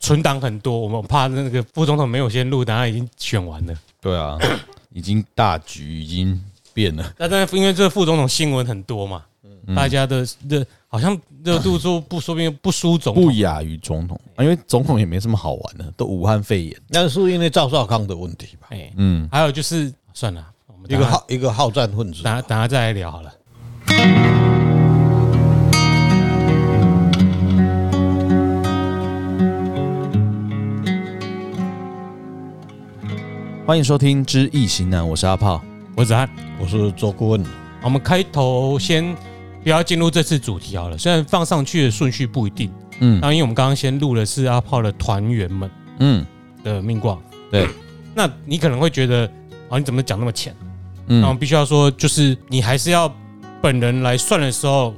存档很多，我们怕那个副总统没有先录，等下已经选完了。对啊，已经大局已经变了，那但是因为这副总统新闻很多嘛，大家的热好像热度说不说明不输总不统，亚于总统、啊因为总统也没什么好玩的，都武汉肺炎。那是因为赵少康的问题吧？哎，嗯，还有就是算了，我们一等个下好一个好战分子等，下等下再来聊好了。欢迎收听《知易行难》，我是阿炮。我子涵，我是周顾问。我们开头先不要进入这次主题好了，虽然放上去的顺序不一定，嗯那因为我们刚刚先录的是阿炮的团员们嗯，的命卦，对，那你可能会觉得啊，你怎么讲那么浅？嗯那我们必须要说，就是你还是要本人来算的时候，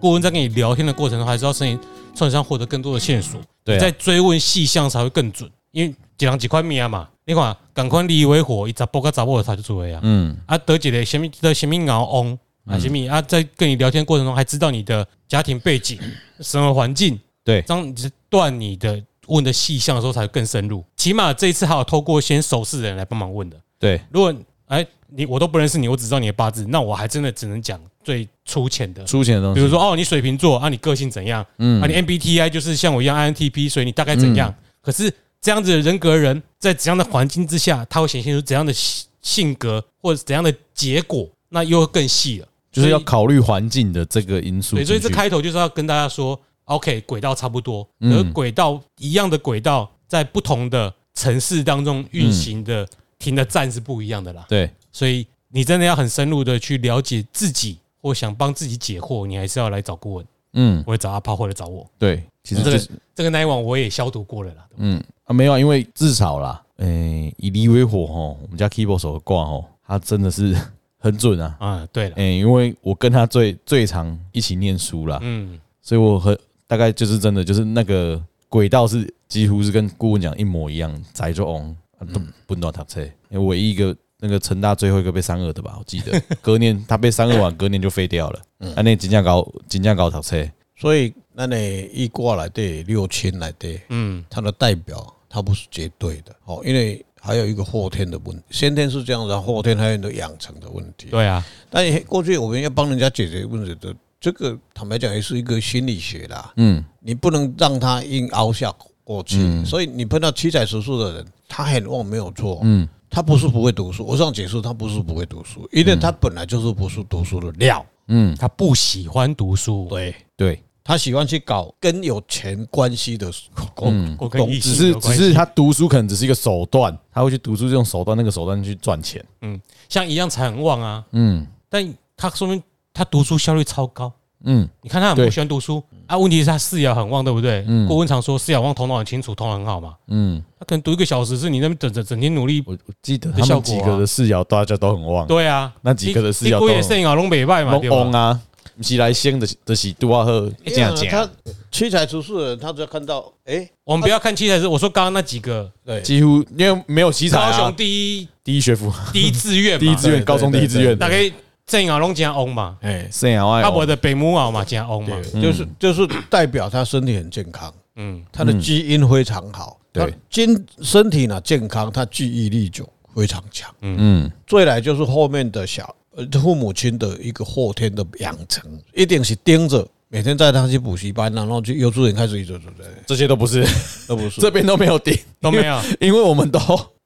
顾问在跟你聊天的过程中，还是要从你算上获得更多的线索，对啊你在追问细项才会更准。因为几人几块米啊嘛，你看，赶快离为火，一砸波个砸波的他就做呀。嗯啊，得几个什么得什么熬翁啊，什么啊，在跟你聊天过程中还知道你的家庭背景、生活环境，对当你断你的问的细项的时候才会更深入。起码这一次还有透过先熟识的人来帮忙问的。对，如果哎你我都不认识你，我只知道你的八字，那我还真的只能讲最粗浅的，出钱的东比西，如说哦，你水瓶座啊，你个性怎样？嗯啊，你 MBTI 就是像我一样 INTP，所以你大概怎样？可是这样子的人格的人，在怎样的环境之下，他会显现出怎样的性性格或者怎样的结果？那又更细了，就是要所以考虑环境的这个因素对，进去。所以这开头就是要跟大家说，OK，轨道差不多，嗯而轨道一样的轨道，在不同的城市当中运行的嗯停的站是不一样的啦。对，所以你真的要很深入的去了解自己，或想帮自己解惑，你还是要来找顾问，嗯或者找阿炮，或者找我。对，其实这就个是这个那一晚我也消毒过了啦。嗯啊没有啊，因为至少啦，诶，以离为火吼，我们家 keyboard 手的挂吼，他真的是 很准啊。啊，对了，诶，因为我跟他最最常一起念书啦，嗯，所以我和大概就是真的就是那个轨道是几乎是跟顾问讲一模一样，宅就翁嗯啊都不懂他车，因为唯一一个那个成大最后一个被三二的吧，我 记得隔年他被三二完，隔年就废掉了，嗯啊那金价高金价高读册，所以那你一卦来对六亲来对，嗯，它的代表它不是绝对的哦，因为还有一个后天的问题，先天是这样子啊，后天还有很多养成的问题。嗯对啊，但也过去我们要帮人家解决问题的，这个坦白讲也是一个心理学啦，嗯你不能让他硬凹下过去。所以你碰到七彩十数的人，他很旺没有错，嗯他不是不会读书，我上解释他不是不会读书，因为他本来就是不是读书的料，嗯啊他不喜欢读书，对。对，他喜欢去搞跟有钱关系的嗯工我跟工异只性是有只关系是他读书可能只是一个手段，他会去读书这种手段那个手段去赚钱，嗯，像一样才很旺啊，嗯但他说明他读书效率超高。嗯你看他很对不喜欢读书啊，问题是他视野很旺，对不对？顾问常说视野旺，头脑很清楚，头脑很好嘛。嗯，他可能读一个小时，是你那边整整整天努力。我我记得的他效们果几啊个的视角大家都很旺，对啊，那几个的视野你都你很也摄影啊，龙北拜嘛，拢对旺吧？啊，不是来先的就是杜阿啊赫因这样为讲他。七彩出世的人，他只要看到哎，我们不要看七彩是，我说刚刚那几个对，几乎因为没有奇才高啊雄，第一第一学府，第一志愿嘛，第一志愿，对高中第一志愿，大概正啊拢加翁嘛，哎，圣雅外啊我的北母佬嘛加翁嘛，嗯对，就是就是代表他身体很健康，嗯，他的基因非常好，嗯对他精身体呢健康，他记忆力就非常强。嗯再来就是后面的小呃父母亲的一个后天的养成，一定是盯着每天带他去补习班，然后去幼稚园开始一直对对，这些都不是，那不是这边都没有顶，都没有，因为我们都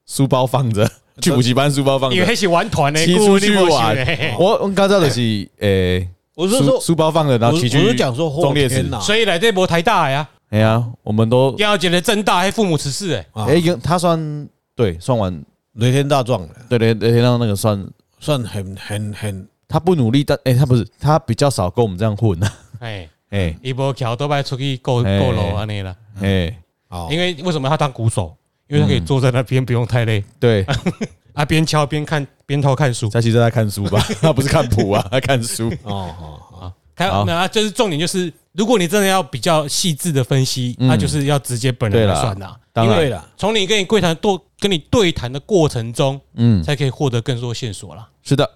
书包放着，去补习班书包放因为着，那是玩团的，骑出去顾问你没玩想的。我我刚才就是诶，我是书说书包放着，然后骑我我去是讲说后中烈祠天。呐 所以来这波台大呀，哎呀，我们都要觉得正大还父母此事哎，啊哎，跟他算对，算完雷天大壮的。对对对，让那个算算很很很他不努力，但哎他不是他比较少跟我们这样混啊，哎，哎一波桥都拜出去够哎够楼安尼了。哎好，因为为什么他当鼓手？因为他可以嗯坐在那边不用太累对。啊，边敲边看边偷看书。佳琪正在看书吧？ 他不是看谱啊，他看书。哦哦，开好没有啊，就是重点就是，如果你真的要比较细致的分析，嗯那就是要直接本人来算啦。当 对然，了，从你跟你对谈多跟你对谈的过程中，嗯，才可以获得更多线索啦。是的，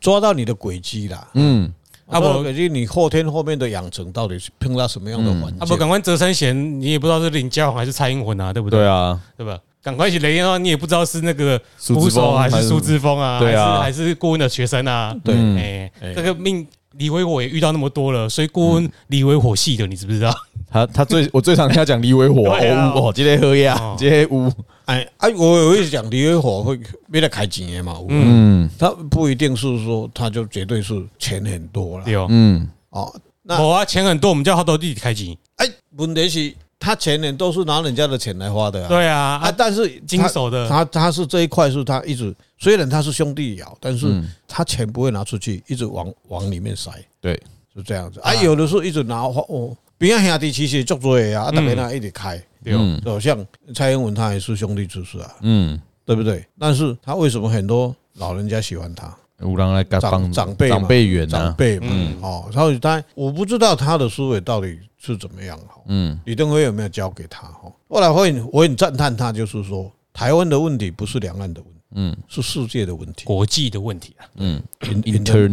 抓到你的轨迹啦。嗯，啊啊不不，可是你后天后面的养成到底是碰到什么样的环啊不，境？赶快折三弦，你也不知道是林家宏还是蔡英文啊，对不对？对啊，对吧？赶快一起雷的话，你也不知道是那个苏鼓之手峰还还是是苏之峰啊，还对是啊还是顾问的学生啊。对嗯哎，这个命李维火也遇到那么多了，所以顾问李维火系的，你知不知道？他他最 我最常听他讲李维火，对啊哦呜哦，今天喝哦呀，今天呜，哎哎，我有一讲离火会为了开钱的嘛，嗯，嗯他不一定是说他就绝对是钱很多了对哦，嗯，哦。那我啊钱很多，我们叫好多弟弟开机。哎，问题是他钱人都是拿人家的钱来花的啊，对啊，啊，啊但是他经手的他他是这一块是他一直虽然他是兄弟窑，但是嗯他钱不会拿出去，一直往往里面塞，对，是这样子。啊，有的时候一直拿花哦，别人兄弟其实也足多的啊，啊，大家那一直开，对哦，就像蔡英文他也是兄弟之士啊，嗯，对不对？但是他为什么很多老人家喜欢他？有人来长帮长辈嘛长辈缘长啊，辈嘛，哦，所以他我不知道他的思维到底是怎么样哈。嗯李登辉有没有交给他哈？后来我很我很赞叹他，就是说台湾的问题不是两岸的问题，嗯是世界的问题国际的问题啊。嗯， In-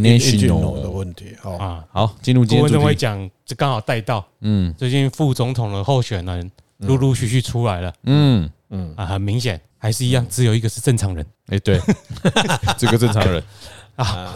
international 的问题哦。啊，好，进入今顾天问正主会题，讲，这刚好带到嗯最近副总统的候选人陆陆续续出来了嗯，啊，很明显还是一样，只有一个是正常人 哎对，这个正常人啊。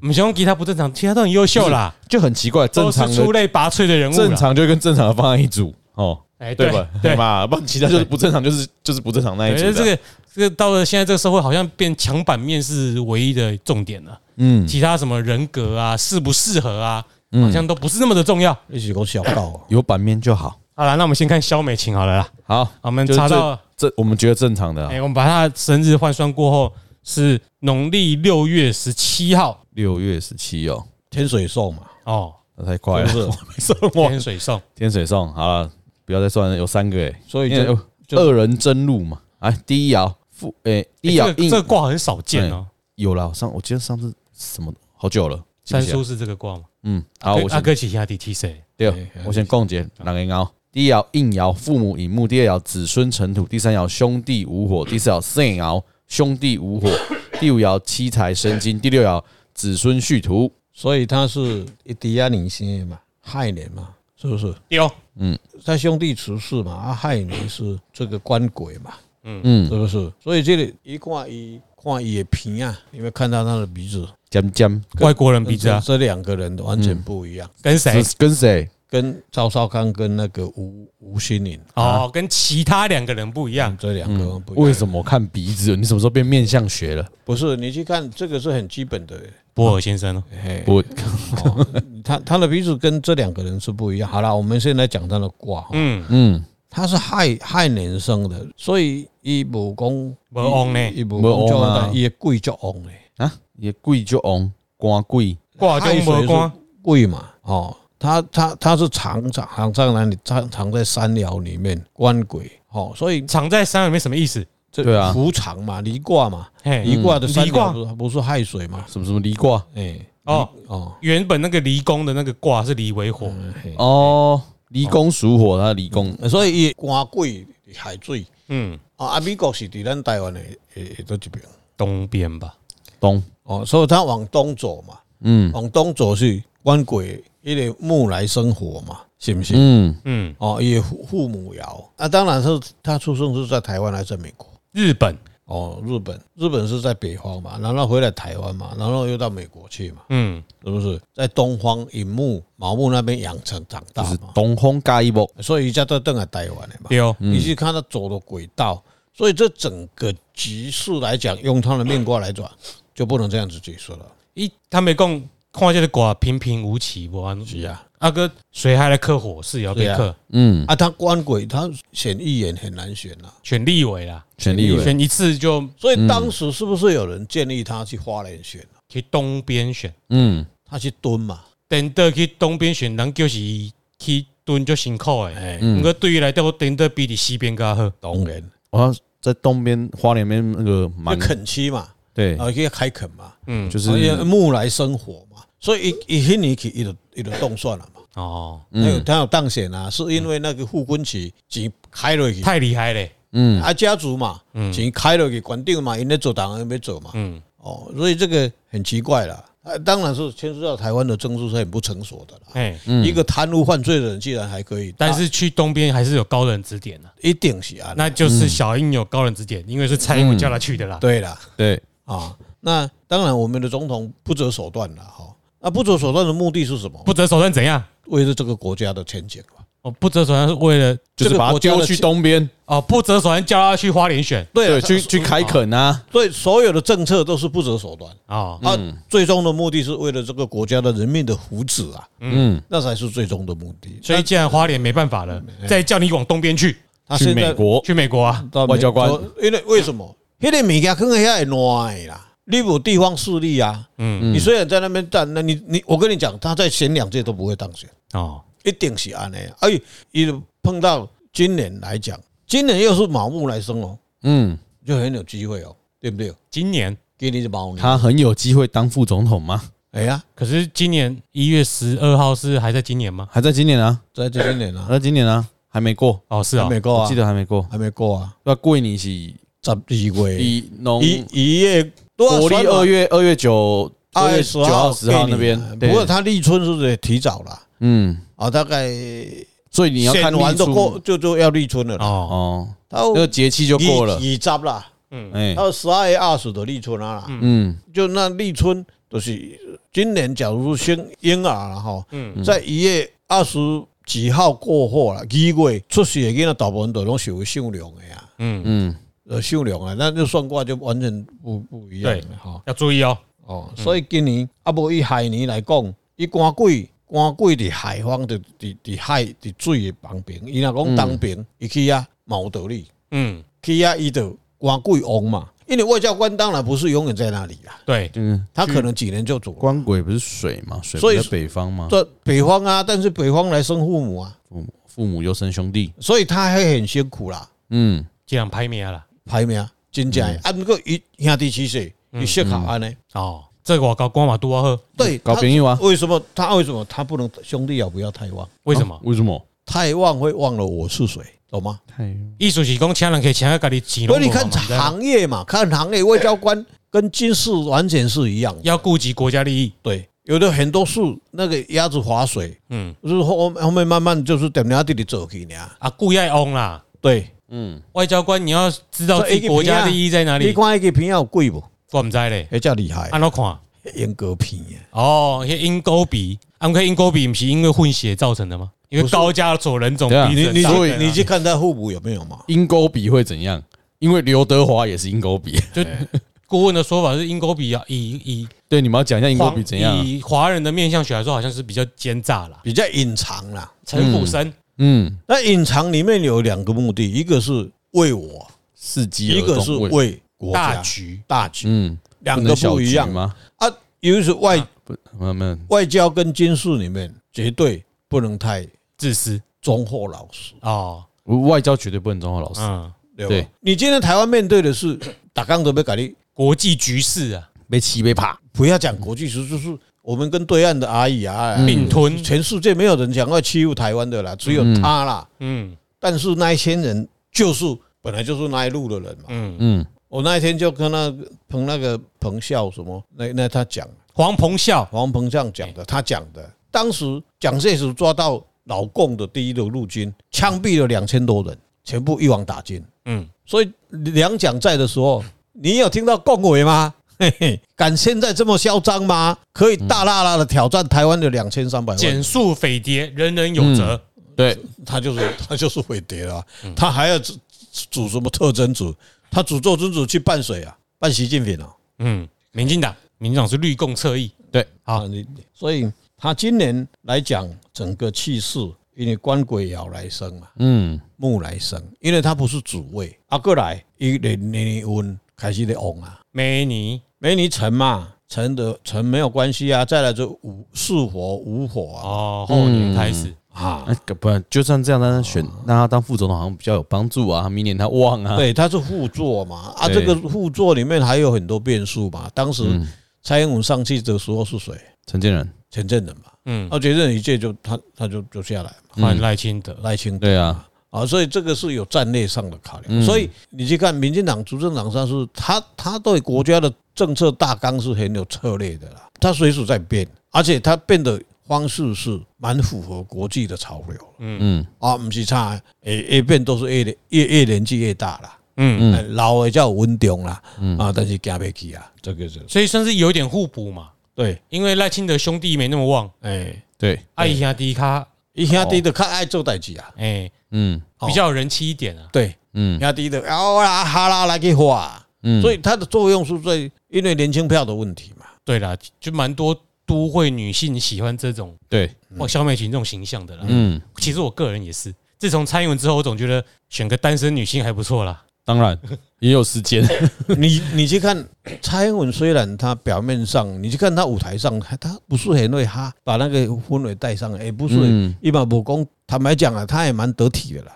我们熊吉他不正常，其他都很优秀啦，就很奇怪，正都是常出的类拔萃的人物啦正，常就跟正常的放在一组哦，哎，对对吧？对。嘛，不然其他就是不正常，就是就是不正常 那一我觉组得这的，个这个到了现在这个社会，好像变强版面是唯一的重点了，嗯其他什么人格啊、适不适合啊，好嗯，像都不是那么的重要。一起给我小到有版面就好，好了，那我们先看肖美琴好了啦。好，我们就是查最到，这我们觉得正常的啊哎、，我们把她的生日换算过后是农历六月十七号六月十七哦，天水寿嘛， 哦，那太快了，是不是我没算完天水送。天水送好了，不要再算了，有三个哎、所以因为就有二人争路嘛。哎，第一爻父哎，哎一哎爻这个应这个卦很少见哦，有了，上我记得上次什么好久了，记不三起来叔是啊这个卦吗？嗯，好，我阿先哥起下底提谁？对，我先共解两个爻。第一爻应爻父母引木，第二爻子孙成土，第三爻兄弟无火，第四爻圣爻兄弟无火，第五爻七财生金，第六爻子孙续土。所以他是一抵押领先嘛，亥年嘛，是不是？有他兄弟持世嘛，啊，亥年是这个官鬼嘛，嗯，是不是？所以这里一看一看一的平啊，你有没有看到他的鼻子？讲讲外国人跟鼻子啊，嗯这这两个人完全不一样，跟谁？跟谁？跟赵少康跟那个吴吴新颖哦，跟其他两个人不一嗯样。这两个人不一样。为什么看鼻子？你什么时候变面相学了？不是你去看这个是很基本的，博尔先生哦，嘿，我哦 他他的鼻子跟这两个人是不一样。好了，我们现在讲他的卦，哈，嗯，嗯，他是亥亥年生的，所以伊武功无旺呢伊武功没旺啊伊的贵就旺嘞，啊，也贵就昂，官贵，卦中无官，贵嘛，哦，他他他是藏藏藏在哪里？藏藏在山窑里面，官鬼，哦，所以藏在山里面什么意思？这对啊嗯伏藏嘛，离卦嘛，嘿，离卦的山离窑卦不是不是亥水嘛，什么什么离卦哎，哦，哦，原本那个离宫的那个卦是离为火，嘿哦，离宫属火，他离宫所以伊官鬼海水。嗯，啊，啊，美国是伫咱台湾的诶诶，都这边东边吧，东，哦，所以他往东走嘛，嗯往东走是官鬼迄个木来生火嘛，是不是？嗯嗯，哦，也父父母爻啊，当然是他出生是在台湾还是在美国？日本，哦，日本，日本是在北方嘛，然后回来台湾嘛，然后又到美国去嘛，嗯，是不是？在东方引木毛木那边养成长大就是嗯嘛，东风加一波，所以叫做邓来台湾的嘛。对哦，你去看他走的轨道，所以这整个局势来讲，用他的命卦来转，就不能这样子解释了。一他们讲看这个卦平平无奇，无安是啊，阿哥谁还来克火势也要被对克，嗯，啊，他官鬼他选议员很难选呐、选立委啦，全立委，选一次就所嗯以当时是不是有人建议他去花莲选、啊去东边选，嗯，他去蹲嘛？等到去东边选，人就是去蹲就辛苦诶。哎、不过对于来讲，我等到比你西边更好。当然，我要哦在东边花莲边那个蛮就垦区嘛，对，啊，去开垦嘛，嗯，就所以是木来生火嘛，所以一一去年去，一就一就动算了嘛。哦，他有他有当选啊，是因为那个傅君旗钱开落去，太厉害嘞，嗯啊家族嘛，钱开落去，管定嘛，因咧做党人要做嘛，嗯，哦，所以这个很奇怪啦。啊，当然是牵涉到台湾的政治是很不成熟的啦。哎，一个贪污犯罪的人竟然还可以，但是去东边还是有高人指点的，一定是啊，那就是小英有高人指点，因为是蔡英文叫他去的啦。对啦，对，啊，那当然我们的总统不择手段了哈。那不择手段的目的是什么？不择手段怎样？为了这个国家的前景嘛。哦，不择手段是为了就是把这个它国家的丢去东边，哦，不择手段叫他去花莲选对 对，啊去去开垦啊，对所有的政策都是不择手段。哦，啊，最终的目的是为了这个国家的人民的福祉啊，嗯，那才是最终的目的。所以既然花莲没办法了，再叫你往东边去，他去现美在国，去美国啊。到美外交官国，因为为什么？迄个物件可能遐会乱啦，你有地方势力啊，嗯，你虽然在那边站，那你你我跟你讲，他再选两届都不会当选，哦，一定是安尼。哎，一碰到今年来讲，今年又是盲目来生哦，嗯，就很有机会哦，对不对？今年给你一毛呢？他很有机会当副总统吗？哎呀，可是今年一月十二号是还在今年吗？还在今年啊，在这今年还啊，在今年啊，还没过，哦，是还啊，没过我啊记，得还没过，还没过啊，那过年是十二月一农一一月多少国历选嘛二月二月九二月十九号十号那边给你啊，对不过他立春是不是也提早了嗯，啊？大概所以你要看选完立就春过就就要立春了啦。哦，哦，他那个节气就过了二，十啦，哎，到十二月二十的立春啊啦，嗯就那立春就是今年，假如生婴儿了哈，嗯在一月二十几号过后啦，二月出世的囡仔大部分都拢属于受凉的啊呀，嗯，嗯，呃，受凉啊，那就算卦就完全不不一样了哈。要注意哦。哦，所以今年啊，无以亥年来讲，伊官鬼官鬼伫海方，伫伫伫海伫水的旁边，伊若讲东边，伊去啊，嘛有道理。嗯，去啊，伊就官贵翁嘛。因为外交官当然不是永远在那里啦，对，就是他可能几年就走了。官鬼不是水嘛，水不所以在北方嘛，这北方啊，但是北方来生父母啊，父母父母又生兄弟，所以他还很辛苦啦，嗯，这样拍啊灭了。排名真正的啊，不过伊兄弟七岁，伊适合安尼。哦，这个我搞光马都要喝，对，搞他朋友啊为什么他为什么他不能兄弟要不要太旺？为什么啊？为什么？太旺会忘了我是谁，懂吗？太艺术是讲请人可以请个家己钱拢所以无你嘛，看行业嘛，看行业，外交官跟军事完全是一样的。要顾及国家利益。对，有的很多树那个鸭子划水，嗯，就是后后面慢慢就是点点地里走去呢。啊，顾要翁啦，对，嗯，外交官你要知道所自以哎己国家利益在哪啊你里，啊看一个片啊有贵不？我唔知咧，迄叫厉害，安怎看？阉割片啊，哦，那鹰钩鼻，啊，可鹰钩鼻不是因为混血造成的吗？因为高加索人种对啊鼻你子很你大所以对去啊你去看他互补有没有嘛？鹰钩鼻会怎样？因为刘德华也是鹰钩鼻， 就顾问的说法是鹰钩鼻啊，以以对，你们要讲一下鹰钩黄鼻怎样啊？以华人的面相学来说，好像是比较奸诈啦。比较隐藏啦。陈辅生，嗯，那隐藏里面有两个目的，一个是为我，伺机一而动个是为国大家局大局，嗯，两能个小不一局样吗？啊。尤其是外没有没有，外交跟军事里面，绝对不能太自私忠厚老实，哦，外交绝对不能中华老师，嗯，对对吧？你今天台湾面对的是，打刚都被改你国际局势啊，被欺被怕，不要讲国际时，就是我们跟对岸的阿姨啊，并吞，全世界没有人想要欺负台湾的啦，只有他啦。嗯但是那一些人就是本来就是那一路的人嘛。嗯，嗯，我那一天就跟那个彭那个彭笑什么，那那他讲黄鹏孝，黄鹏这样讲的，他讲的，当时蒋介石抓到老共的第一的陆军，枪毙了两千多人，全部一网打尽。嗯，所以两蒋在的时候，你有听到共委吗？ 嘿嘿，敢现在这么嚣张吗？可以大大大的挑战台湾的嗯两千三百万人减速匪谍，人人有责，对，他就是他就是匪谍了啊、他还要组组什么特征组？他组特征组去办谁啊？办习近平啊！嗯，民进党，民进党是绿共侧翼，好啊，你所以他今年来讲整个气势，因为官鬼爻来生嘛，嗯，木来生，因为他不是主位啊，过来一年年温开始的旺啊，梅尼，没你成嘛，成的成没有关系啊，再来就五是火无火嗯哦，后年开始，啊啊，那哎个不然就算这样，让他选让他当副总统好像比较有帮助啊，明年他旺啊，对，它是互作嘛，啊，对这个互作里面还有很多变数嘛。当时蔡英文上去的时候是谁？陈建仁，陈振仁嘛，嗯，嗯啊，陈振仁一届就他他就就下来嘛，换赖清德，赖清德对啊，啊，所以这个是有战略上的考量。所以你去看民进党执政党上是他他对国家的政策大纲是很有策略的啦，他随时在变，而且他变的方式是蛮符合国际的潮流。嗯嗯，啊，不是差，诶越变都是越年越越年纪越大啦。嗯嗯，老的较有稳重啦，啊，但是行不起啊，这个是所以算是有点互补嘛。对，因为赖清德兄弟没那么旺，啊哎，对，阿姨兄弟他伊兄弟都较爱做代志啊，哎嗯哦比较有人气一点啊。对，嗯兄弟的啊啦哈啦来去花，嗯，所以它的作用是在因为年轻票的问题嘛，对啦，就蛮多都会女性喜欢这种对，或小美琴这种形象的啦。嗯，其实我个人也是，自从蔡英文之后，我总觉得选个单身女性还不错啦。当然 也有时间，你你去看蔡英文，虽然他表面上，你去看他舞台上，他他不是很会哈，把那个氛围带上来，也不是嗯一般武功。坦白讲啊，他也蛮得体的啦，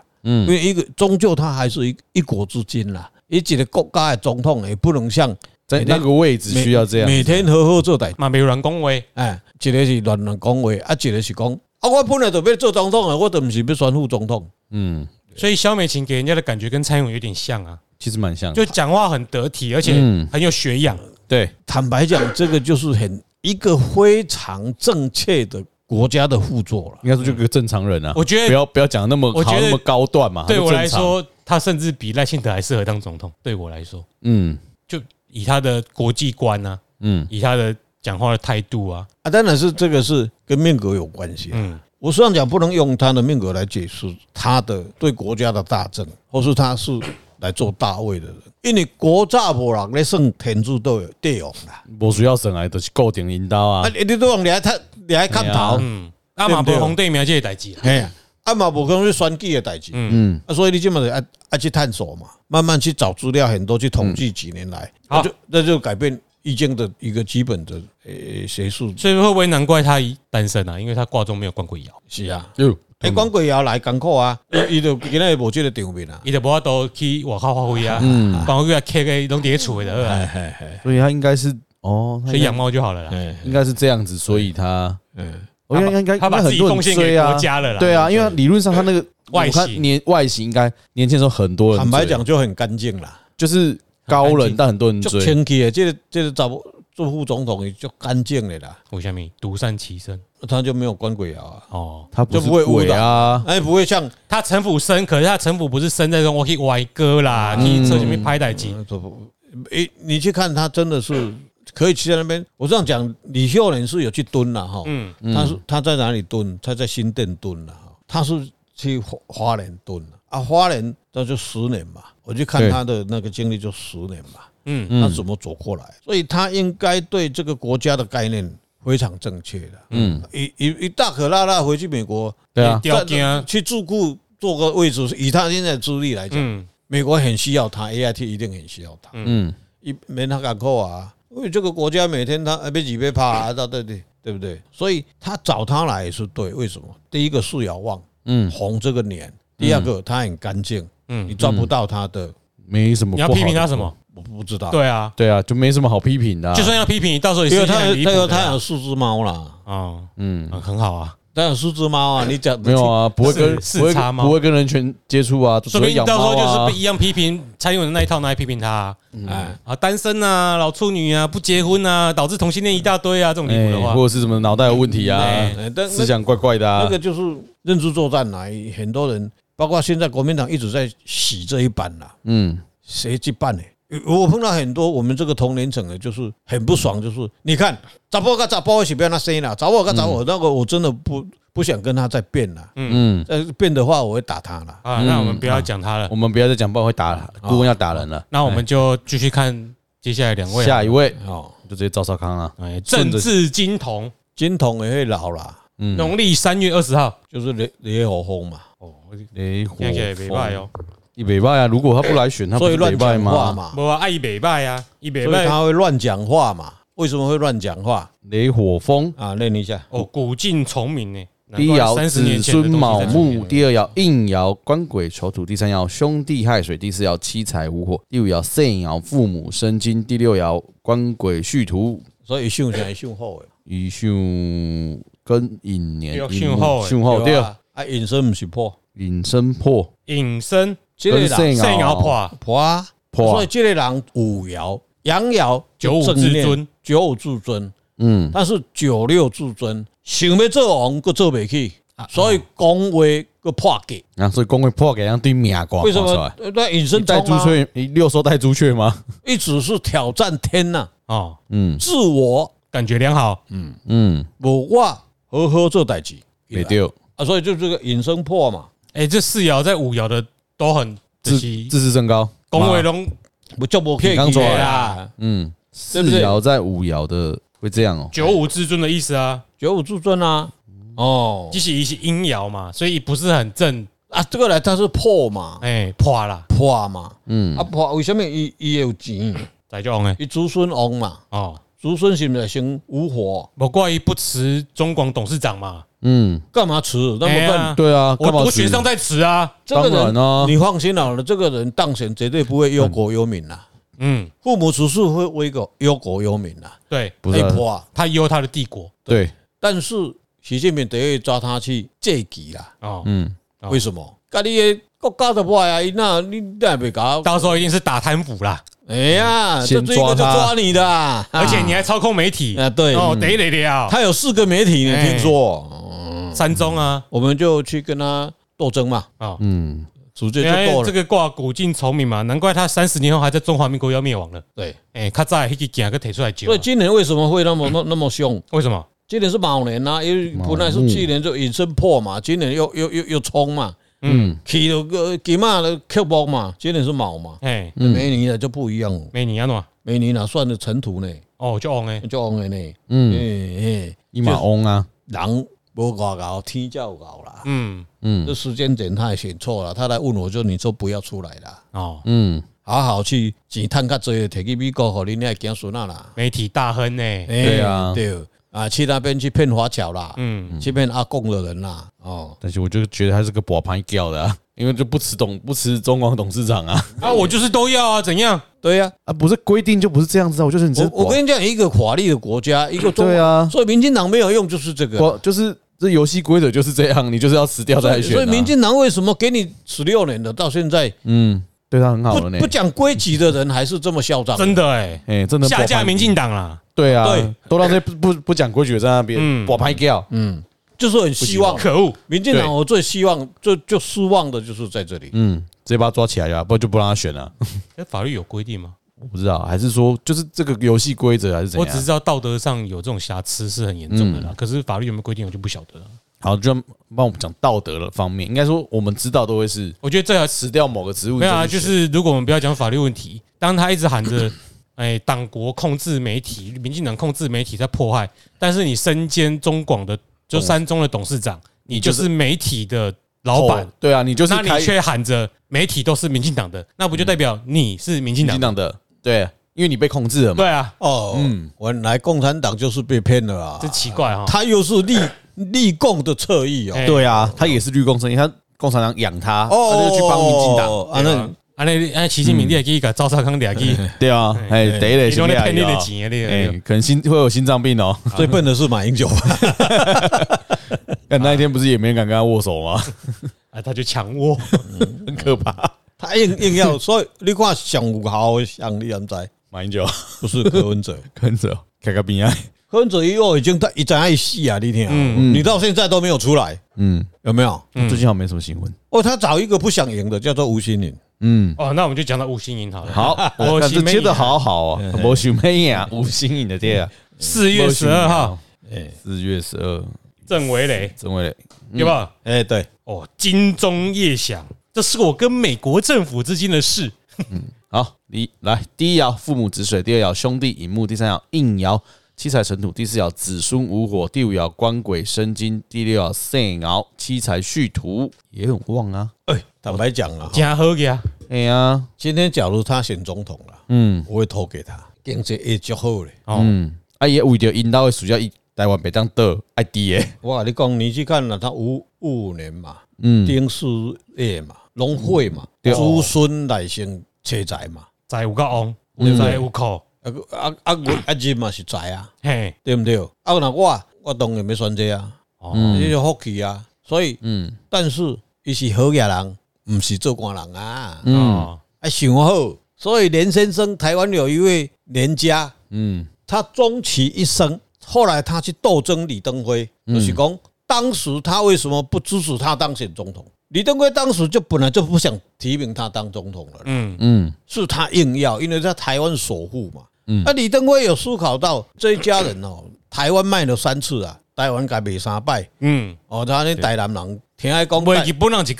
嗯因为一个终究他还是一一国之君啦，一个国家的总统也不能像在那个位置需要这样，每天呵呵做代，嘛，没有人恭维，哎，一个是乱乱讲话，啊，一个是讲啊，我本来就要做总统啊，我都不是要选副总统，嗯，所以肖美琴给人家的感觉跟蔡英文有点像啊，其实蛮像的，就讲话很得体，而且嗯很有学养。对，坦白讲，这个就是很一个非常正确的国家的互作了。应该说就个正常人啊，我觉不得要不要讲得那么我觉好得那么高段嘛，对我来啊正常，说，他甚至比赖清德还适合当总统。对我来说，嗯就以他的国际观啊，嗯以他的讲话的态度啊，啊，当然是这个是跟命格有关系。啊嗯，我虽然讲不能用他的命格来解释他的对国家的大政，或是他是来做大位的人，因为国炸无人咧算天主都有地用啦。无需要省来就是固定引导啊啊，，你都用你来他你来看头，嗯阿嗯啊马伯红对苗这些代际啊，嘿，啊嘛无可能去选举的代志。嗯啊，所以你这么爱爱去探索嘛，慢慢去找资料，很多去统计几年来，好那就那就改变易经的一个基本的呃学术所以会不会难怪他单身啊？因为他挂钟没有冠过摇，是啊。哟，哎，光棍也要来艰苦啊，伊伊就今仔无这个场面啊。伊就无法度去外口发挥啊，嗯光去啊 K K 拢伫咧厝的就好啊，哎所以他应该是哦，他所应以该养猫就好了啦。哎应该是这样子，所以他，嗯，我哦应该应该他把应自该己很多人贡献给追啊国家了啦。对啊，因为理论上他那个外形我看年外形应该年轻的时候很多人追，啊坦白讲就很干净啦，就是高很干冷，净但很多人就追，清气的。这个这个找做副总统也就干净的啦，为什么独善其身？他就没有光棍摇啊，哦，他不就是不会误鬼导啊，哎，不会像他城府深，可是他城府不是深在说我可以歪歌啦，嗯去车前面拍代机。嗯做不，哎，你去看他真的是可以骑在那边。我这样讲，李秀仁是有去蹲了哈，嗯，他是他在哪里蹲？他在新店蹲了哈，他是去花花莲蹲了啊，花莲那就十年嘛，我就看对他的那个经历就十年嘛，嗯，他怎么走过来？所以他应该对这个国家的概念非常正确的，嗯，一一一大可拉拉回去美国，对啊，掉啊，去驻库做个位置，以他现在的资历来讲，嗯，美国很需要他，AIT 一定很需要他，嗯，一没他敢扣啊，因为这个国家每天他呃被几被怕啊，对对对，对不对？所以他找他来也是对，为什么？第一个是遥望，嗯，红这个脸；第二个他很干净，嗯嗯嗯，你抓不到他的，没什么。你要批评他什？么？我不知道，，对啊，对啊，就没什么好批评的啊。就算要批评，你到时候也因是为一件他有很离他谱有的他有啦。四只猫啦，哦，嗯，嗯，很好啊，他有四只猫啊，你讲没有，啊，不会跟是不会是差跟吗不会跟人群接触啊，只说不会定养到时猫候就是啊被。一样批评蔡英文的那一套拿来批评他啊嗯哎，啊，单身啊，老处女啊，不结婚啊，导致同性恋一大堆啊，这种离谱的哎话，或者是什么脑袋有问题啊哎，哎但思想怪怪的那啊个。就是认知作战来，很多人，包括现在国民党一直在洗这一版啦、嗯，谁去办呢？我碰到很多我们这个同年层的，就是很不爽，就是你看，咋不跟咋不一起不要那声音了，找我跟找我那个，我真的不不想跟他再变了。嗯，再变的话，我会打他了。啊，那我们不要讲他了我，们不要再讲，不然会打哦顾问要打人了。那我们就继续看接下来两位啊，下一位哦，就直接赵少康啊。哎，顺政着治金童，金童也会老啦，嗯，农历三月二十号，就是雷雷火风嘛，哦，雷火听起来袂歹风，哦，你北拜啊！如果他不来选，他不所以是乱北拜讲吗？话嘛，无啊，爱袂歹啊，伊哦所袂以歹他会乱讲话嘛。为什么会乱讲话雷火风，啊？念一下，哦，古晋崇明呢，第一爻三十年子前的东孙西卯在出现木，第二爻应爻官鬼丑土，第三爻兄弟亥水，第四爻七财无火，第五爻肾爻父母生金，第六爻官鬼戌土，所以秀前秀后的，乙戌庚寅年对寅戌木后的戌后对哦啊啊，啊，隐身不是破，引申破隐身这个人啊引圣摇破破啊，破所以这个人五爻，阳爻九五正至面尊，九五至尊，嗯，但是九六至尊想要做王，佫做袂起，所以讲话佫破格。然后啊所以公会破给人对面挂为什看出么来？呃那隐你身带冲朱啊，雀，你六兽带朱雀吗？一直是挑战天呐、哦，嗯自我感觉良好，嗯，无我好好做代志，没哦丢，啊，所以就这个隐身破嘛，哎，这四爻在五爻的都很自仔细，自视甚高，龚伟龙不就无客你刚气做的的啦。嗯，对四不对爻在五爻的会这样哦，九五至尊的意思啊，九五至尊啊，哦即是一些阴爻嘛，所以不是很正，啊，这个来它是破嘛，哎，破啦，破嘛，嗯啊破为什么伊伊有钱？再就红哎，伊子孙旺嘛，哦，子孙是不是先无火？莫怪伊不辞中广董事长嘛，嗯，干嘛吃？那哎么呀办？对啊，我干嘛我死学生在辞啊，这当个然人啊你放心好了，这个人当选绝对不会忧国忧民啦。嗯，父母子嗣会为个忧国忧民啦，对不是啊会破啊。他忧他的帝国对，但是习近平得要抓他去借机啦，哦，嗯，哦为什么？家你的国家的坏啊，那你那别搞，到时候一定是打贪腐啦，哎呀，这先最后就抓他抓你的啊，而且你还操控媒体，啊对，哦，得得得啊，他有四个媒体呢，哎听说，嗯三中啊，我们就去跟他斗争嘛，哦。嗯，直接因就为斗哎这了，个挂古今聪明嘛，难怪他三十年后还在中华民国要灭亡了。对，哎，他在一个剑个提出来救所以，今年为什么会那么那那么凶？为什么？今年是卯年呐、因为卯本来是去年就引申破嘛，今年又又又又冲嘛，嗯，起了个呃起码的 Q 包嘛，今年是卯嘛，哎，嗯梅尼呢就不一样哦，没你啊喏，梅尼哪算的尘土呢？哦，就红哎，就红的呢，嗯，嗯，诶，一马翁啊，人无够高，天才有高啦。嗯，嗯这时间点他也选错了，他来问我就你说不要出来啦，哦，嗯，好好去钱趁较济，摕去美国，互恁遐子孙啊啦。媒体大亨呢，诶对啊对啊，去那边去骗华侨啦，嗯，去骗阿贡的人啦，哦，但是我就觉得他是个bỏ盘掉的啊，因为就不吃董不吃中广董事长啊，啊，我就是都要啊，怎样？对呀、 啊，不是规定就不是这样子啊，我就是你这我我跟你讲，一个法律的国家，一个中对啊所以民进党没有用，就是这个。我就是这游戏规则就是这样，你就是要吃掉所再以选、啊所以民进党为什么给你十六年的，到现在嗯，对他很好不了呢不。讲规矩的人还是这么嚣张？真的哎，哎、真的下架民进进党啦，对啊，对都让这些不不不讲规矩的在那边嗯我拍掉，嗯，就是很希望可恶，民进党，对我最希望最就失望的就是在这里。嗯，直接把他抓起来呀，不然就不让他选了、哎，法律有规定吗？ 我不知道，还是说就是这个游戏规则还是怎我样？啊只知道道德上有这种瑕疵是很严重的啦，可是法律有没有规定我就不晓得了。好，就帮我们讲道德的方面，应该说我们知道都会是我觉得这还辞掉某个职务，没有啊，就嗯选是如果我们不要讲法律问题，当他一直喊着 “哎，党国控制媒体，民进党控制媒体在迫害”，但是你身兼中广的就三中的董事长，哦你就就是是媒体的老板后，对啊，你就是那开嗯你却喊着媒体都是民进党的，那不就代表你是民进民党进？党的，对，因为你被控制了嘛，对啊，哦，嗯，本来共产党就是被骗了啊真，奇怪哈。哦哦他又是立立共的侧翼哦哎。对啊，他也是绿共生意，他共产党养他，他哦，就去帮民进党，啊，那啊，那啊，习近平你也去给赵少康你也去，嗯对啊，哎，得哦嘞，你都兄弟在啊骗你的钱啊，你哎你，可能心会有心脏病哦。 最笨的是马英九吧？ 但那一天不是也没人敢跟他握手吗？ 啊，他就强握，很可怕。他硬硬要，所以你看上有效的上你人在，马英九不是柯文 哲。跟着开个边啊，柯文哲以后已经他一张爱戏啊，你听啊，嗯你到现在都没有出来，嗯，有没有？嗯最近好像没什么新闻。哦，他找一个不想赢的，叫做吴新颖。嗯，哦，那我们就讲到五星银好了。 好，我看是这没接的赢好好啊，我想妹呀，五星影的爹啊，四月十二号，哎啊四月十二，郑维雷，真伟，对吧？哎，对，哦，金钟夜响，这是我跟美国政府之间的事。好，你来第一爻父母子水，第二爻兄弟引木，第三爻应爻七财成土，第四爻子孙无火，第五爻官鬼生金，第六爻肾爻七财续土，也很旺啊。哎，坦白讲嗯啊，加喝呀，哎呀，今天假如他选总统了，嗯我会投给他，经济会较好嘞。嗯，啊也为着引导的暑假一台湾北当的爱低耶，我跟你讲，你去看了他五五年嘛，嗯，丁氏业嘛，农会嘛，对哦子孙来生车宅嘛，在有个翁，嗯有在有口，啊啊啊啊，日嘛是宅啊，嘿，对不对？啊，那我我当然没选这啊，哦，这就福气啊。所以，嗯但是伊是好野人，毋是做官人啊，嗯哦啊想好。所以连先生，台湾有一位连家，嗯他终其一生，后来他去斗争李登辉，嗯就是讲当时他为什么不支持他当选总统？李登辉当时就本来就不想提名他当总统了，嗯，嗯是他硬要，因为在台湾首富嘛。嗯那李登辉有思考到这一家人哦， 台湾卖了三次啊，台湾改卖三摆嗯，哦，他那台南人听爱讲袂台日本人一届，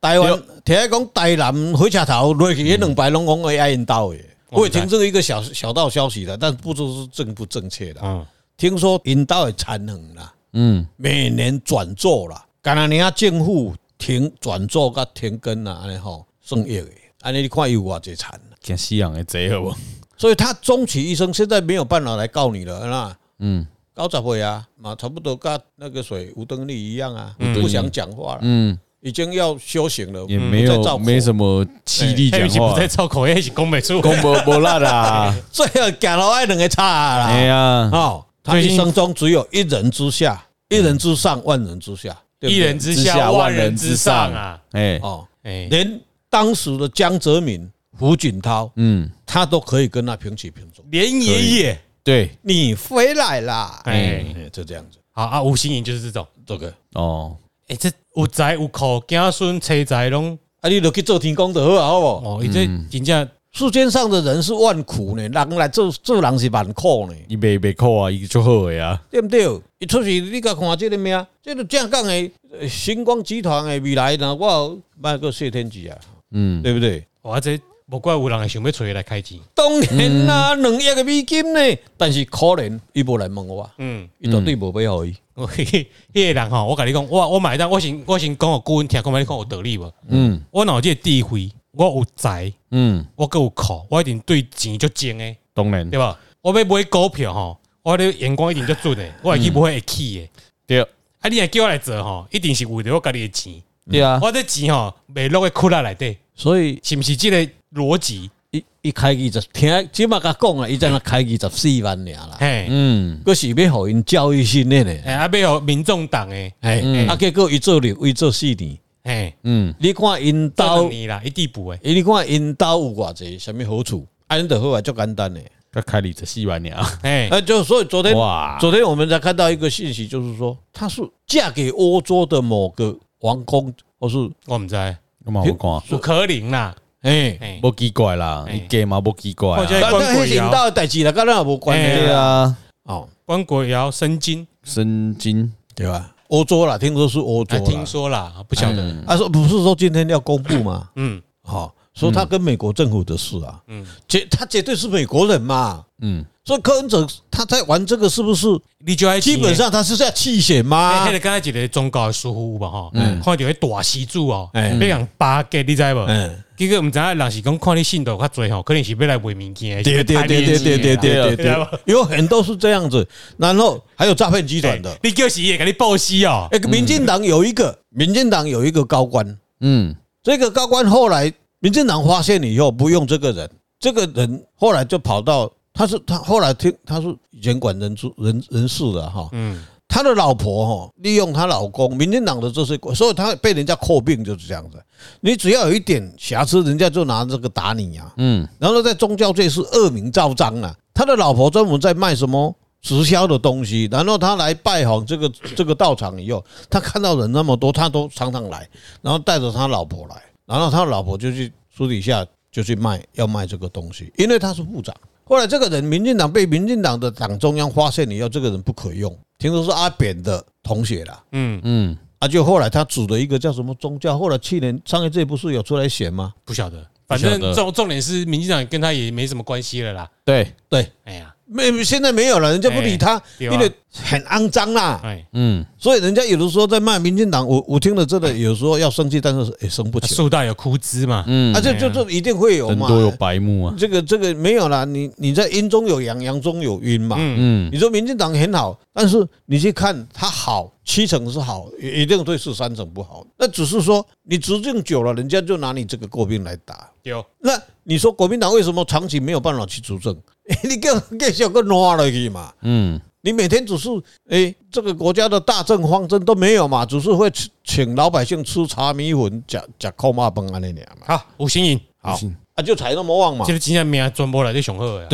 台湾听讲台南火车头落去迄两摆拢讲会爱因兜的，我也听这个一个小小道消息的，但不知是正不正确的。啊嗯，听说因兜的产能啦，嗯每年转做啦，干那年啊政府停转做甲停耕啦，安尼吼算一个，安尼你看伊有偌济产。惊西洋的贼好不好？所以他终其一生，现在没有办法来告你了，那嗯高十岁啊，嘛差不多跟那个谁吴登利一样啊，嗯不想讲话了，嗯，已经要修行了，也不没再造有口没什么气力讲迄不话在，操口，迄是讲袂出讲。无无力 啦，最后讲了爱两个叉哎啦，呀，哦，他最一近生中只有一人之下，嗯一人之上，万人之下，对不一对人之下，万人之上啊！哎，哦，哎，连当时的江泽民、胡锦涛，嗯，他都可以跟他平起平坐。连爷爷，对，你回来啦，哎哎，就这样子，好啊，吴心颖就是这种，这个哦，哎，这有财有口，子孙车财拢，啊，你就去做天公就好啊，好不好？哦，伊这真正世间上的人是万苦呢，人来做做人是万苦呢，伊袂袂苦啊，伊就好的啊，对不对？伊出去你甲看这个名，这就正讲的呃星光集团的未来呢，我卖个谢天吉啊，嗯，对不对？哇，这无怪有人会想要找伊来开钱。 当然啦、两亿个美金呢，但是可怜伊无来问我，啊嗯，伊绝对无要互伊。我迄迄个人吼，我甲你讲，我我买单，我先我先讲互顾问听，看觅你看有道理无？嗯我脑即个智慧，我有财，嗯，我够有口，我一定对钱就精诶，当然对吧？我要买股票吼，我的眼光一定就准诶，我会去买会起诶。对啊，你若叫我来做吼，一定是为着我家己的钱，对啊，我这钱吼袂落去窟窿内底，所以是毋是即个逻辑？伊伊开二十，听即马甲讲啊，伊才那开二十四万尔啦，嘿，嗯佫是要互因教育训练呢。哎，啊，要互民众党诶，哎，嗯啊，结果伊做六，伊做四年，嘿，嗯你看因到兜。你啦，一地补诶，伊你看因兜有偌济，什物好处？安尼就好啊，足简单诶。要开你这四万俩，嘿，啊，就所以昨天，哇，昨天我们才看到一个信息，就是说她是嫁给欧洲的某个王公，或是我毋知，干嘛我有可能啦，哎，嘿看，，无奇怪啦，哎你嫁嘛无奇怪或者啊，但但迄引导的代志啦，跟咱也无关系对啊。啊，哦，关国尧生金，神经，对吧？欧洲啦，听说是欧洲哎，啦，听说啦，不晓得，啊，说不是说今天要公布吗？嗯，哦，说他跟美国政府的事啊，嗯嗯，绝他绝对是美国人嘛。嗯，所以柯文哲他在玩这个，是不是你就爱基本。上他啊是在弃选哎，吗迄？个敢若一个宗教的师傅吧吼，看嗯到迄大施主哦，哎被人巴结，你知无？嗯。结果毋知影人是讲看你信徒较侪吼，可能是要来卖物件的，对对对对对对对对啊知道吗对，有很多是这样子，然后还有诈骗集团的哎。你叫是也给你报喜哦，哎，民进党有一个，民进党有一个高官，嗯这个高官后来民进党发现以后不用这个人，这个人后来就跑到他是他后来听他是以前管人事人人事的哈，嗯，他的老婆哈利用她老公民进党的这些，所以他被人家诟病就是这样子，你只要有一点瑕疵，人家就拿这个打你呀、嗯然后在宗教界是恶名昭彰啊。他的老婆专门在卖什么直销的东西，然后他来拜访这个这个道场以后，他看到人那么多，他都常常来，然后带着他老婆来，然后他老婆就去私底下就去卖，要卖这个东西，因为他是部长。后来这个人，民进党被民进党的党中央发现以后，这个人不可用，听说是阿扁的同学啦。嗯，嗯，啊，就后来他组了一个叫什么宗教，后来去年上一届不是有出来选吗？不晓得，反晓得正重重点是民进党跟他也没什么关系了啦。对，对，哎呀，没现在没有了，人家不理他，对因啊为很肮脏啦。哎，嗯所以人家有的时候在骂民进党，我我听了真的有时候要生气，但是也生不起来。树大有枯枝嘛，嗯啊，，这就就一定会有人嘛。多有白目啊，这个这个没有啦，你你在阴中有阳，阳中有阴嘛。嗯，嗯你说民进党很好，但是你去看它好，七成是好，也一定对是三成不好。那只是说你执政久了，人家就拿你这个诟病来打。有那你 说国民党为什么长期没有办法去执政？你给给小个挪下去嘛？嗯你每天只是诶、这个国家的大政方针都没有嘛，只是会吃请老百姓吃茶米粉、吃吃扣骂崩安尼俩嘛，好，五星赢，好啊，就才那么旺嘛这。个真正命全部来对上好诶。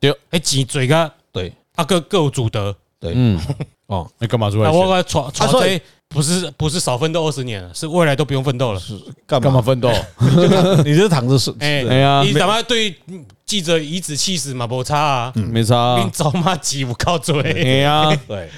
对，哎，钱多甲对啊，各各有主德。对，嗯，哦，那干嘛出来那选？我我闯闯所这以不是不是少奋斗二十年了，是未来都不用奋斗了。干干嘛嘛？奋斗？你这躺着 是，哎哎呀你他妈对记者颐指气使嘛，无差啊， 没差啊你，早妈急我靠 哎嘴。呀，对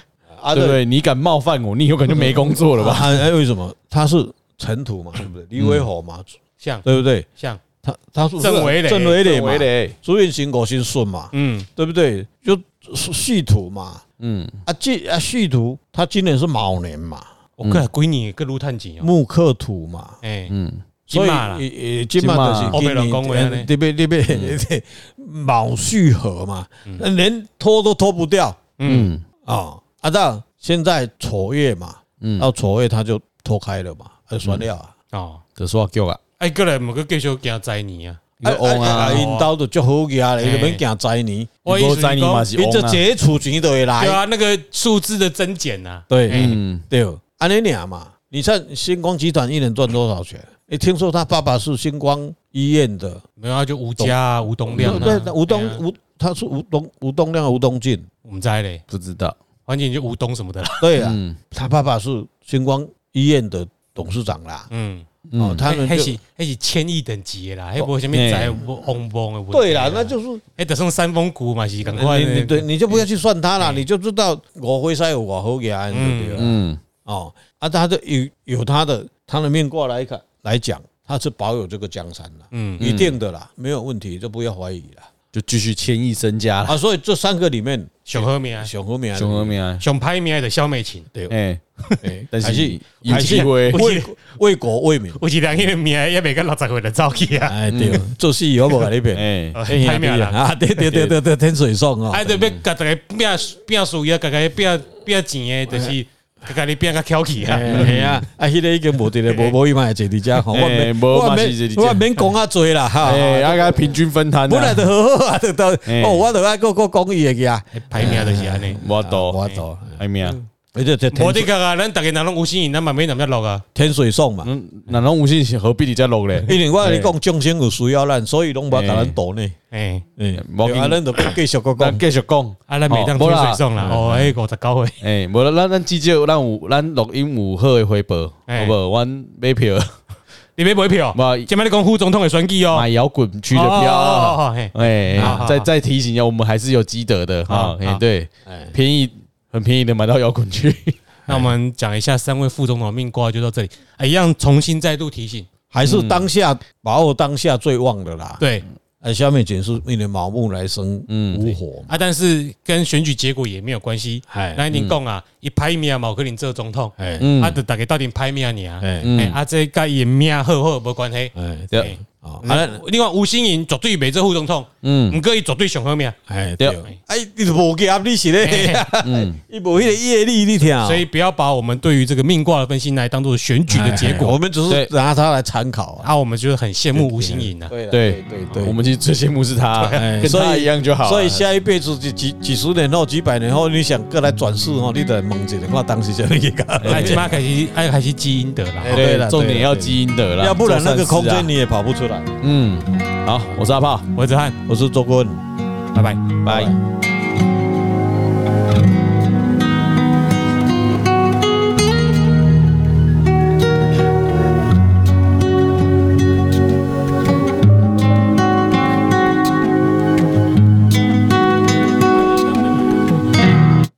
啊，对不对？对你敢冒犯我，你有可能就没工作了 吧？吧？啊，哎为什么他是尘土嘛，对不对？李伟豪嘛，像对不嗯对？像他他是郑维磊郑伟磊嘛，嘞，朱运行五星顺嘛，嗯，对不对？就是续土嘛，嗯，啊，这啊续土，他今年是卯年嘛，我过来归你个撸探井哦。木克土嘛，哎，嗯，所金马啦以呃也也今嘛就是金马欧美人讲话这你样这边这嗯 边卯戌合嘛，那连拖都拖不掉嗯，啊！啊，到现在丑月嘛，嗯到丑月他就脱开了嘛，啊，算了啊。哦，这说话叫啊，哎，过来某个继续给他宰你啊。你说翁啊，因兜就足好去啊，你就免惊灾年，我意思你知是你讲，嘛是你翁这啊，这厝钱就会对来，啊，那个数字的增减啊呐，哎对嗯，对，安尼俩嘛。你看星光集团一年赚多少钱？你听说他爸爸是星光医院的，没有啊，就吴家啊，吴东亮对，啊，那吴哎呀东吴他是吴东吴东亮吴东进，我们在嘞，不知道，环境就吴东什么的 啦。对啊，嗯他爸爸是星光医院的董事长啦。嗯，哦，嗯，他们还就是哦哎还是千亿等级的啦，还不什么宰翁翁的问题。啊对啊啦，那就是哎，得上山峰谷嘛，是赶快你你对，你就不要去算他啦，嗯你就知道我会塞我好给安对不对？嗯哦，啊，他的有有他的他的命卦来看来讲，他是保有这个江山啦，嗯一定的啦，没有问题，就不要怀疑啦。就继续千亿身家了，啊，所以这三个里面，上好命啊，熊和明，熊二明啊，上歹命的小美琴，哎，哎， 但还是是有机会还，是为为国为民，有一人迄个命也未到六十岁就走去 啊，哦哎，对，嗯做事有无那边，哎，歹命啦。啊， 对对对对对，天水送哦，哎，就要甲大家拼拼输赢，甲大家拼拼钱的，就是哎甲家己拼较翘起啊。系啊，啊，迄个已经无伫咧，无无伊嘛会坐伫遮，吼，我嘿免无我嘛是坐免伫遮我免讲啊多啦，哈，哎，大概平均分摊啊，本来就好好啊，就到嘿哦，我就爱个个讲伊个去啊，歹命就是安尼。我懂，我到，哎命啊，哎，这这天无得水讲啊，咱逐个人拢有心人，咱嘛免那么落啊。天水送嘛，嗯，哪能无信何必你再落嘞？因为我跟你讲众生有需要咱，所以拢无甲咱赌呢，哎，嗯，没对啊，紧咱就继续个咱讲，继续讲，啊，咱每当天哦没啦嗯水送啦，哦，迄五十九岁，哎，无咱咱至少咱有咱录音有好的回报，好哎不好？阮买票，你要买票？无即摆你讲副总统的选举哦，买摇滚区举的票。，嘿哎好好，再好再提醒一下，我们还是有积德的好哈。好哎，对，哎便宜很便宜的买到摇滚区。那我们讲一下三位副总统的命卦就到这里，哎一样重新再度提醒，还是当下把握当下最旺的啦，对啊，下面解释因为卯木来生嗯无火嘛，啊，但是跟选举结果也没有关系。哎咱您讲啊，伊歹命嘛，有可能做总统，哎嗯啊，就大家到底歹命你啊，哎哎，嗯，啊，这甲伊的命好不好无关系。哎，对，哎啊，啊啊，另外吴欣颖绝对袂做副总统，嗯毋过伊绝对上好命，哎，对对，哎，你都无夹，你是咧， 嗯，伊无迄个业力，你听啊。所以不要把我们对于这个命卦的分析来当做选举的结哎我果们只是对拿它来参考啊。啊，我们就是很羡慕吴欣颖啊，对啦对对我们其实最羡慕是他，哎跟所他以一样就好了。所以下一辈子几几几十年后、几百年后，你想过来转世哦，你得问一下，看当时就那个。哎，起码开始哎开始基因的啦，哎对对了重对点了要对基因的啦，要不然那做个善空事啊间你也跑不出来。嗯，好，我是阿炮，我是子翰，我是周坤，拜拜。拜。